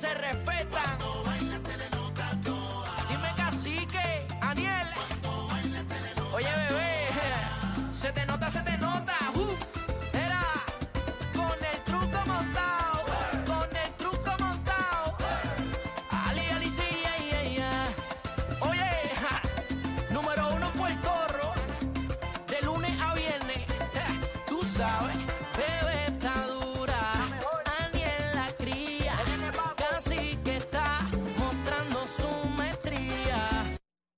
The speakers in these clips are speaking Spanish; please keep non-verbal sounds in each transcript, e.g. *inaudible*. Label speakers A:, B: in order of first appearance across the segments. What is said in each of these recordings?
A: respetan. Dime cacique, Aniel. Oye, bebé, se te nota, se te nota. Uh, era con el truco montado, con el truco montado. Ali, Ali, sí, ay, ay, ay. Oye, ja, número uno en Puerto Rico, de lunes a viernes. ja, Tú sabes, bebé está dura, Daniel la cría, casi que está mostrando su maestría.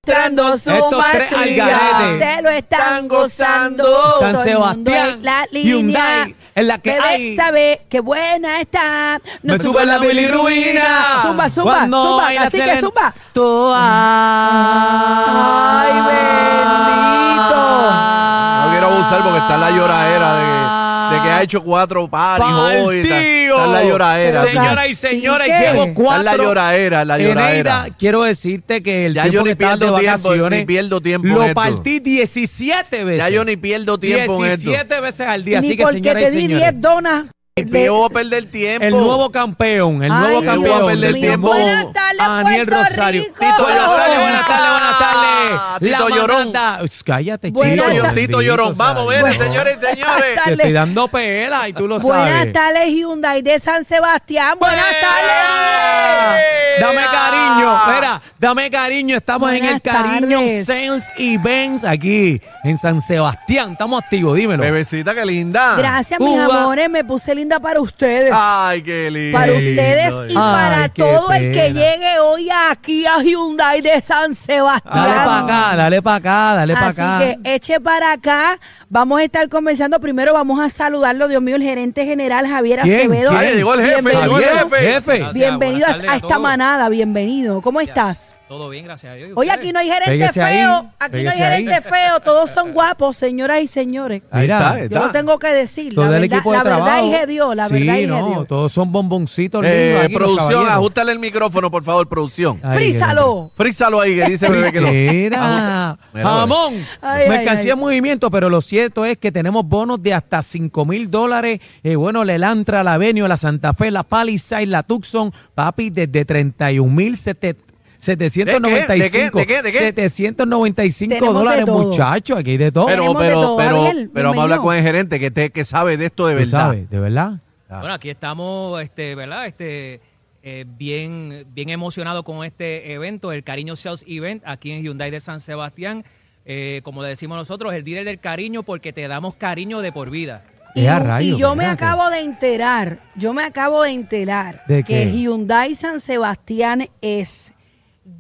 B: Mostrando su
C: Estos tres
B: maestría.
C: algaretes
B: Se lo están
C: están
B: gozando.
C: gozando. San
B: Todo el mundo
C: Sebastián,
B: en la línea.
C: Hyundai, en la que
B: Bebé
C: hay-
B: sabe que buena está.
C: Me sube la bilirruina.
B: Zumba, zumba,
C: Cuando
B: zumba.
C: baila
B: Así que
C: Selena.
B: zumba.
C: Toa.
B: Ay, bendito.
D: No quiero abusar porque está la lloradera de, de que ha hecho cuatro paris hoy. Está,
C: Partido.
D: está la lloradera.
C: Señora y
B: Así
C: señora,
B: que-
C: llevo
B: Está
C: cuatro.
D: la lloradera, la lloradera.
C: Eneida, quiero decirte que el
D: Ya
C: tiempo
D: yo ni
C: que estás de
D: pierdo tiempo,
C: vacaciones.
D: ni pierdo tiempo en
C: Lo
D: esto.
C: partí 17 veces.
D: Ya yo ni pierdo tiempo en esto.
C: 17 veces al día.
B: Ni
C: Así que,
B: porque
C: señoras
B: te
C: y
B: di
C: señores,
B: 10 donas. de-
D: Yo voy a perder tiempo.
C: el nuevo campeón, el nuevo
B: Ay,
C: campeón.
D: Dios
C: del
D: mío.
C: tiempo,
D: Buenas
B: tardes,
C: Aniel
B: Puerto
C: Rosario.
B: Rico.
C: Tito Rosario, buenas tardes, buenas
D: Ah,
C: tardes.
D: Tito
C: la
D: Llorón.
C: manada- Uy, Cállate,
B: Buenas
D: Tito,
C: chico.
D: Llor- Tito Llorón. Vamos, ven,
C: Bueno,
D: señores y señores.
C: Te estoy dando pela y tú lo
B: Buenas
C: sabes.
B: tardes, Hyundai de San Sebastián. Buenas tardes.
C: Dame cariño, espera, dame cariño. Estamos en
B: Buenas
C: el cariño
B: tardes.
C: Sense y Benz aquí en San Sebastián. Estamos activos, dímelo.
D: Bebecita, qué linda.
B: Gracias, mis
C: Uva.
B: amores. Me puse linda para ustedes.
D: Ay, qué linda.
B: Para
C: Lindo,
B: ustedes y
C: lindo.
B: para
C: Ay, qué
B: todo el que
C: pena.
B: llegue hoy aquí a Hyundai de San Sebastián.
C: Dale para acá, dale para acá, dale para
B: Ah. Así
C: acá.
B: que eche para acá. Vamos a estar conversando. Primero vamos a saludarlo, Dios mío, el gerente general Javier
C: ¿Quién?
B: Acevedo.
C: ¿Quién?
D: Ay, llegó el jefe, llegó el
C: Javier,
D: jefe.
C: jefe.
E: Gracias,
B: Bienvenido
E: buenas tardes
B: a, a
E: a
B: esta
E: todos.
B: manada, bienvenido. ¿Cómo estás?
E: Todo bien, gracias a Dios. ¿Y
B: Hoy
E: ustedes?
B: aquí no hay gerente
C: Pégase ahí,
B: feo, aquí no hay
C: pégase ahí.
B: gerente feo, todos son guapos, señoras y señores.
D: Ahí
C: Mira,
D: está,
B: Yo
D: está.
B: lo tengo que decir, la
C: Todo
B: verdad,
C: el equipo de
B: la verdad
C: trabajo.
B: es Dios, la
C: sí,
B: verdad es
C: no,
B: Dios.
C: todos son bomboncitos lindos
D: Eh,
C: aquí, los
D: producción,
C: caballeros.
D: ajustale el micrófono, por favor, producción.
C: Ay,
B: ¡Frízalo!
D: Frízalo ahí, que dice bebé que lo.
C: Eh, Mira,
D: Mira,
C: jamón,
B: Ay, ay, ay.
C: mercancía en movimiento, pero lo cierto es que tenemos bonos de hasta 5 mil dólares. Eh, bueno, la Elantra, la Venio, la Santa Fe, la Palisade, la Tucson, papi, desde 31 mil
D: ¿De qué? ¿De
C: 795
D: qué? ¿De qué? ¿De qué?
C: 795
B: Tenemos de
C: dólares,
B: todo.
C: muchachos. Aquí hay de todo.
D: Pero,
B: Tenemos de
D: pero,
B: todo,
D: pero,
B: Gabriel,
D: pero vamos a hablar
B: bienvenido.
D: con el gerente que, te, que sabe de esto de
C: Tú
D: verdad.
C: sabes, de verdad.
E: Bueno, aquí estamos, este, ¿verdad? Este, eh, bien, bien emocionado con este evento, el Cariño Sales Event, aquí en Hyundai de San Sebastián. Eh, como le decimos nosotros, el dealer del cariño porque te damos cariño de por vida.
B: Y,
C: Eh, a
B: y
C: rayos,
B: yo me
C: espérate.
B: acabo de enterar, yo me acabo de enterar
C: ¿De
B: que
C: qué?
B: Hyundai San Sebastián es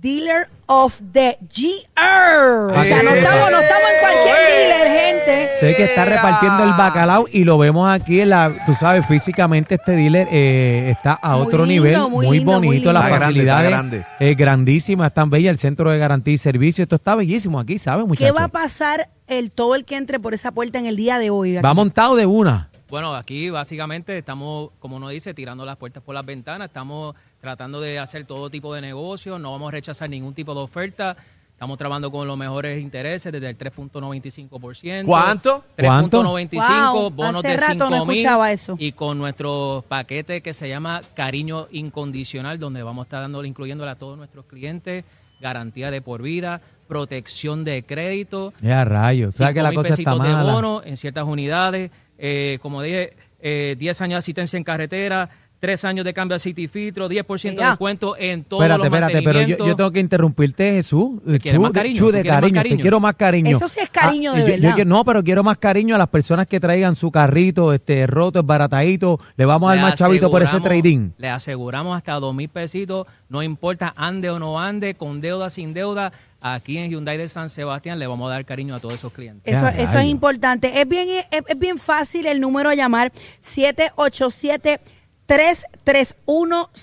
B: dealer of the GR. O sea, no
C: sí.
B: estamos, no estamos en cualquier dealer, gente.
C: Sé que está repartiendo el bacalao y lo vemos aquí, en la, tú sabes, físicamente este dealer eh, está a
B: Muy
C: otro
B: lindo,
C: nivel,
B: muy
C: muy,
B: lindo, muy
C: bonito,
B: lindo.
C: las
D: Está grande, está
C: facilidades
D: grande.
C: eh, grandísimas, están bellas, el centro de garantía y servicio, esto está bellísimo aquí, ¿sabes,
B: ¿Qué
C: muchachos?
B: va a pasar el todo el que entre por esa puerta en el día de hoy?
C: va montado de una.
E: Bueno, aquí básicamente estamos, como uno dice, tirando las puertas por las ventanas, estamos tratando de hacer todo tipo de negocios, no vamos a rechazar ningún tipo de oferta, estamos trabajando con los mejores intereses desde el 3.95%.
D: ¿Cuánto?
C: ¿Cuánto?
E: 3.95,
B: Wow,
E: bonos
B: hace
E: de
B: rato no
E: 5 mil.
B: escuchaba eso.
E: Y con nuestro paquete que se llama Cariño Incondicional, donde vamos a estar dándole, incluyéndole a todos nuestros clientes, garantía de por vida, protección de crédito,
C: Ya rayos, o sea que la
E: 5.000
C: cosa está
E: pesitos de
C: mala.
E: bono en ciertas unidades, eh, como dije, eh, 10 años de asistencia en carretera, 3 años de cambio a City Filtro, 10%
B: Ya.
E: de descuento en todos
C: Espérate,
E: los
C: espérate, pero yo, yo
E: mantenimientos.
C: tengo que interrumpirte, Jesús. Eh,
E: quieres
C: Chu,
E: más
C: de-
E: cariño?
C: Chu,
E: ¿Tú
C: de
E: quieres más
C: cariño, te
E: cariño?
C: quiero más cariño. Ah,
B: Eso sí es cariño de
C: yo- yo
B: verdad.
C: quiero- no, pero quiero más cariño a las personas que traigan su carrito, este roto, esbaratadito. Le vamos a dar
E: Le
C: más chavito por ese
E: aseguramos-
C: trading.
E: Le aseguramos hasta dos mil pesitos, no importa ande o no ande, con deuda, sin deuda, aquí en Hyundai de San Sebastián le vamos a dar cariño a todos esos clientes.
B: Eso,
C: Ya,
B: eso es
C: rayo.
B: importante. Es bien, es, es bien fácil el número a llamar 787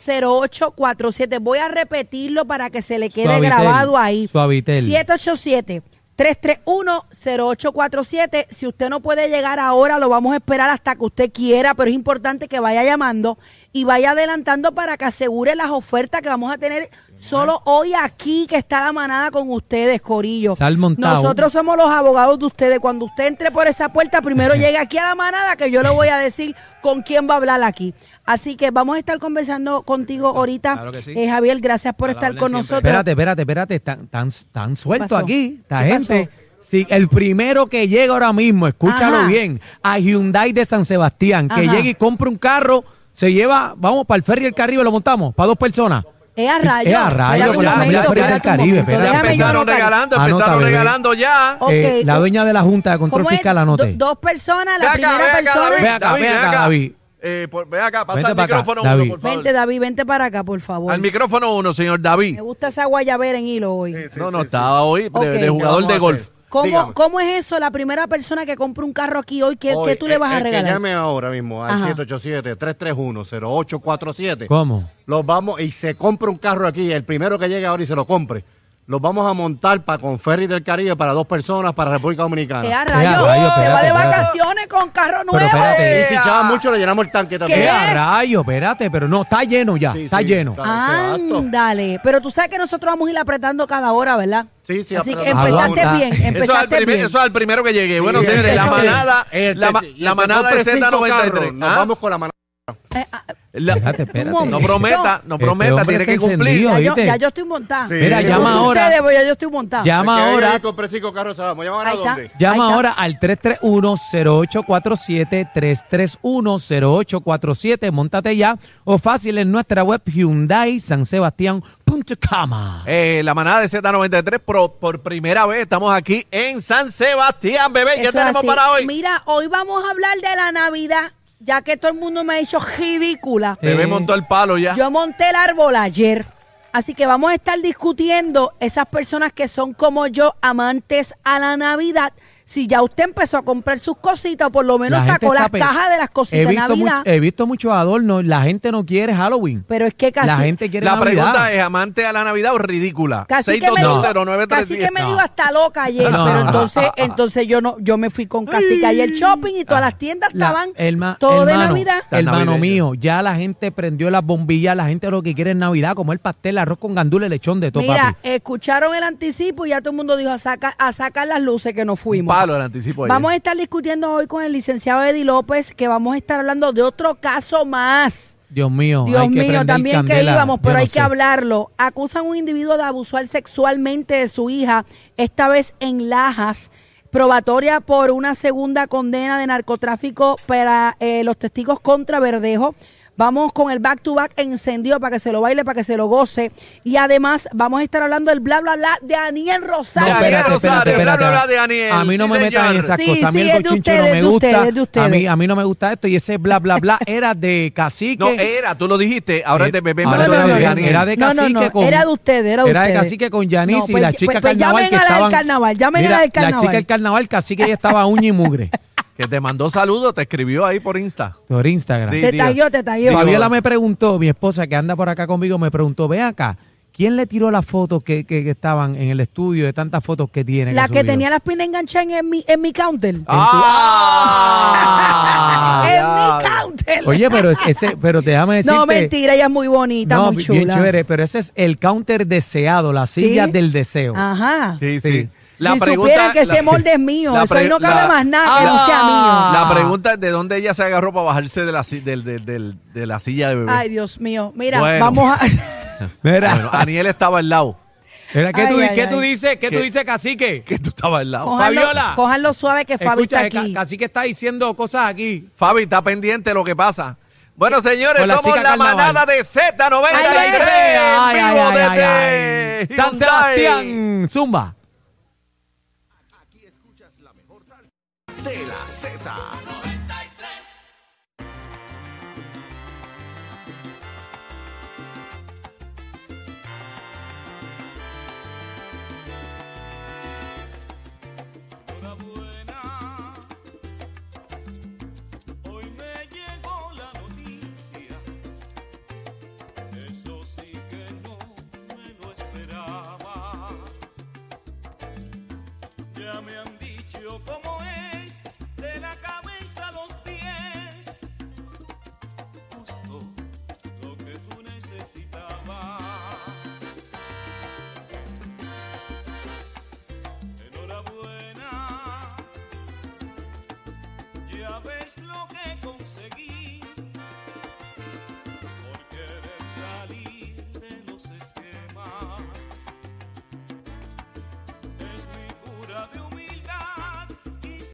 B: 3310847. Voy a repetirlo para que se le quede
C: Suavitel,
B: grabado ahí.
C: suavitel.
B: 787 331-0847. Si usted no puede llegar ahora, lo vamos a esperar hasta que usted quiera, pero es importante que vaya llamando y vaya adelantando para que asegure las ofertas que vamos a tener solo hoy aquí, que está la manada con ustedes, Corillo.
C: Sal montao.
B: Nosotros somos los abogados de ustedes. Cuando usted entre por esa puerta, primero llegue aquí a la manada, que yo le voy a decir con quién va a hablar aquí. Así que vamos a estar conversando contigo ahorita.
E: claro que sí.
B: Eh, Javier, gracias por
E: A la
B: estar
E: orden
B: con
E: siempre.
B: nosotros.
C: Espérate, espérate, espérate. Tan, tan, tan suelto
B: pasó?
C: aquí, esta
B: ¿Qué
C: gente.
B: pasó?
C: Sí, el primero que llega ahora mismo, escúchalo
B: Ajá.
C: bien, a Hyundai de San Sebastián, que
B: Ajá.
C: llegue y compre un carro, se lleva, vamos, para el ferry del Caribe, lo montamos, para dos personas.
B: Es a rayo.
C: Es a rayo,
B: Espérate un
C: con la
B: momento,
C: familia Ferry del
B: espérate un
C: Caribe.
B: momento,
C: espérate.
D: Ya
B: déjame yo
D: empezaron
B: anotar.
D: regalando,
C: Anota,
D: empezaron
C: bebé.
D: regalando ya.
B: Ok,
C: Eh, la
B: do-
C: dueña de la Junta de Control
B: ¿Cómo es?
C: Fiscal,
B: Do-
C: anote.
B: dos personas, la
D: Ve acá,
B: primera
D: ve acá,
B: persona.
D: David,
C: Ve acá,
D: David,
C: ve
D: ve
C: acá,
D: acá.
C: David.
D: Eh, por- ve acá, pasa
C: Vente
D: al
C: pa' acá,
D: micrófono
C: David.
D: uno, por favor.
B: Vente, David, vente para acá, por favor.
D: Al micrófono uno, señor David.
B: Me gusta esa guayabera en hilo hoy.
D: no, no, estaba hoy de, de
B: Ok.
D: jugador de golf.
B: ¿Cómo,
F: Dígame.
B: ¿Cómo es eso? La primera persona que compra un carro aquí hoy, ¿qué,
F: Hoy,
B: qué tú le
F: el-
B: vas a
F: el que
B: regalar?
F: llame ahora mismo al
B: Ajá.
F: 787-331-0847.
C: ¿Cómo?
F: Los vamos y se compra un carro aquí, el primero que llegue ahora y se lo compre. Los vamos a montar para con ferry del Caribe para dos personas para República Dominicana.
B: ¡Eh, a
C: rayo,
B: rayo! Se va
C: espérate,
B: de
C: espérate.
B: vacaciones con carro nuevo. Eh,
C: espérate.
F: Y si chava mucho le llenamos el tanque
B: ¿Qué?
C: ¿Qué?
F: también.
C: Eh, rayo, espérate, pero no, está lleno ya,
F: Sí,
C: está
F: sí,
C: lleno.
F: está- Exacto.
B: Ándale. Pero tú sabes que nosotros vamos a ir apretando cada hora, ¿verdad?
F: Sí, sí,
B: Así que
F: apretando.
B: empezaste
C: Aguanta.
B: bien, empezaste
D: Eso es, al primer-
B: bien.
D: eso es al primero que llegue. bueno,
F: Sí,
D: señores,
B: eso
D: la
B: es.
D: manada,
F: El
D: la,
F: que-
D: ma-
F: y el
D: la
F: que
D: manada
F: compre
D: de
F: cinco
D: Z93.
F: carros, Nos
D: ¿ah?
F: vamos con la manada.
B: Eh, ah,
D: La-
C: Espérate, espérate.
B: momento.
D: no prometa, no
C: Este
D: prometa,
C: hombre
D: tiene
C: está
D: que cumplir.
C: encendido.
B: ya, yo,
C: ¿Viste?
B: ya yo estoy montada.
F: Sí.
C: Mira,
B: Yo no
C: llama
B: sé
C: ahora.
B: ustedes, pero ya yo estoy montada.
C: Llama
F: El que
C: ahora.
F: llegue y compre cinco carros, se vamos. ¿Llaman a
B: Ahí está.
F: dónde?
B: Ahí
C: Llama
B: está.
C: ahora al 331-0847-331-0847. Montate ya o fácil en nuestra web hyundaisansebastian.com.
D: Eh, la manada de Z93 pro- por primera vez estamos aquí en San Sebastián, bebé. ¿Qué
B: Eso es
D: tenemos
B: así.
D: para hoy?
B: Mira, hoy vamos a hablar de la Navidad, ya que todo el mundo me ha hecho ridícula.
D: Bebé
C: Eh.
D: montó el palo ya.
B: Yo monté el árbol ayer. Así que vamos a estar discutiendo esas personas que son como yo, amantes a la Navidad. Si ya usted empezó a comprar sus cositas, o por lo menos sacó las cajas de las cositas
C: he
B: de
C: visto
B: Navidad.
C: mucho- he visto muchos adornos. La gente no quiere Halloween.
B: pero es que casi.
C: la gente quiere
D: la
C: Navidad.
D: pregunta es, ¿amante a la Navidad o ridícula?
B: Casi que, me dijo,
D: 6220937.
B: casi que me
C: No.
B: dijo hasta loca ayer,
C: No,
B: pero
C: no, no. *laughs*
B: entonces, entonces yo no, yo me fui con casi que el shopping y todas las tiendas
C: Ah, La-
B: estaban
C: herma-
B: todo de
C: hermano,
B: Navidad.
D: Tan
C: Hermano
D: navideño.
C: mío, ya la gente prendió las bombillas, la gente lo que quiere es Navidad, como el pastel, arroz con gandula, lechón de todo,
B: Mira,
C: papi.
B: escucharon el anticipo y ya todo el mundo dijo a sacar, a sacar las luces que nos
D: Un
B: fuimos.
D: palo el anticipo ayer.
B: Vamos a estar discutiendo hoy con el licenciado Eddie López, que vamos a estar hablando de otro caso más.
C: Dios mío, hay
B: Dios
C: que
B: mío,
C: prender
B: también que
C: candela,
B: íbamos,
C: yo
B: pero
C: no
B: hay
C: sé.
B: que hablarlo. Acusan a un individuo de abusar sexualmente de su hija, esta vez en Lajas, probatoria por una segunda condena de narcotráfico para eh, los testigos contra Verdejo. Vamos con el back to back encendido para que se lo baile, para que se lo goce. Y además vamos a estar hablando del bla bla bla de Daniel
C: No,
B: Rosario.
D: Daniel
C: espérate, espérate,
D: Rosario,
C: espérate.
D: bla, bla, bla de Daniel.
C: A mí no
D: Sí,
C: me metan en
D: señor.
C: esas
B: Sí,
C: cosas. A
B: sí,
C: mí el
B: es de
C: bochincho no
B: ustedes,
C: me
B: de
C: gusta.
B: ustedes, de ustedes.
C: A, mí, a mí no me gusta esto. Y ese bla, bla,
B: *laughs*
C: bla era de cacique.
D: No, era, tú lo dijiste, ahora es de bebé.
C: Ahora
D: Maldonado
B: Eh, no, no,
C: era,
B: no,
C: de-
D: y
B: no,
D: Daniel.
C: era de
B: No, no,
C: cacique
B: no,
C: con.
B: era de ustedes, era de ustedes.
C: cacique con Yanis
B: No,
C: y
B: pues
C: la
B: ya-
C: chica
B: pues- pues
C: carnaval.
B: llamen
C: que
B: a la del
C: estaban,
B: carnaval, llamen a la
C: Mira,
B: del
C: La
B: carnaval.
C: chica del carnaval, cacique, ella estaba uña y mugre.
D: Que te mandó saludos, te escribió ahí por Insta.
C: Por Instagram.
D: Sí,
B: Te
D: digo,
B: tagueó, te tagueó.
C: Fabiola me preguntó, mi esposa que anda por acá conmigo, me preguntó, ve acá, ¿quién le tiró las fotos que, que- que estaban en el estudio de tantas fotos que tiene?
B: La que
C: subieron?"
B: tenía las pinas enganchadas en mi, en mi counter.
D: ¡Ah!
B: *laughs*
D: *laughs*
B: en
D: Ya.
B: mi counter.
C: Oye, pero es- ese, pero déjame decirte.
B: no, mentira, ella es muy bonita,
C: No,
B: muy
C: bi- bien
B: chula.
C: chévere, pero ese es el counter deseado, la
B: ¿Sí? Ah.
C: silla del deseo.
B: Ajá.
D: Sí,
C: Sí.
D: sí.
B: si supieran que
D: la-
B: ese molde es mío,
D: la
B: eso ahí
D: pre-
B: no cabe
D: la- Ah.
B: más nada que no sea mío.
D: La pregunta es de dónde ella se agarró para bajarse de la, si- del- del- del- de la silla de bebé.
B: Ay,
C: pues.
B: Dios mío. Mira,
C: *laughs*
D: Bueno.
B: vamos a.
C: Mira,
D: Bueno, Aniel estaba al lado.
C: mira, ¿qué,
B: Ay,
C: tú, di-
B: ay,
C: ¿qué
B: ay.
C: tú dices? ¿Qué, tú
D: ¿Qué?
C: dices, cacique?
D: Que tú estabas al
B: *laughs*
D: lado.
B: Cójanlo,
C: Fabiola.
B: cójanlo suave que Fabi
C: Escucha,
B: está
C: eh,
B: aquí.
C: ca- cacique está diciendo cosas aquí.
D: Fabi, está pendiente de lo que pasa. Bueno, señores,
C: Con la
D: somos
C: chica
D: la
C: carnaval.
D: manada de Z93.
B: Ay, ay,
C: ay,
D: en
C: ay,
D: vivo
C: ay, ay,
D: desde
C: ay. San
D: Hyundai.
C: Sebastián, Zumba.
A: Toda buena. Hoy me llegó la noticia. Eso sí que no me lo esperaba. Ya me han dicho cómo es de la cabeza a los pies. Justo lo que tú necesitabas. Enhorabuena, ya ves lo que conseguí.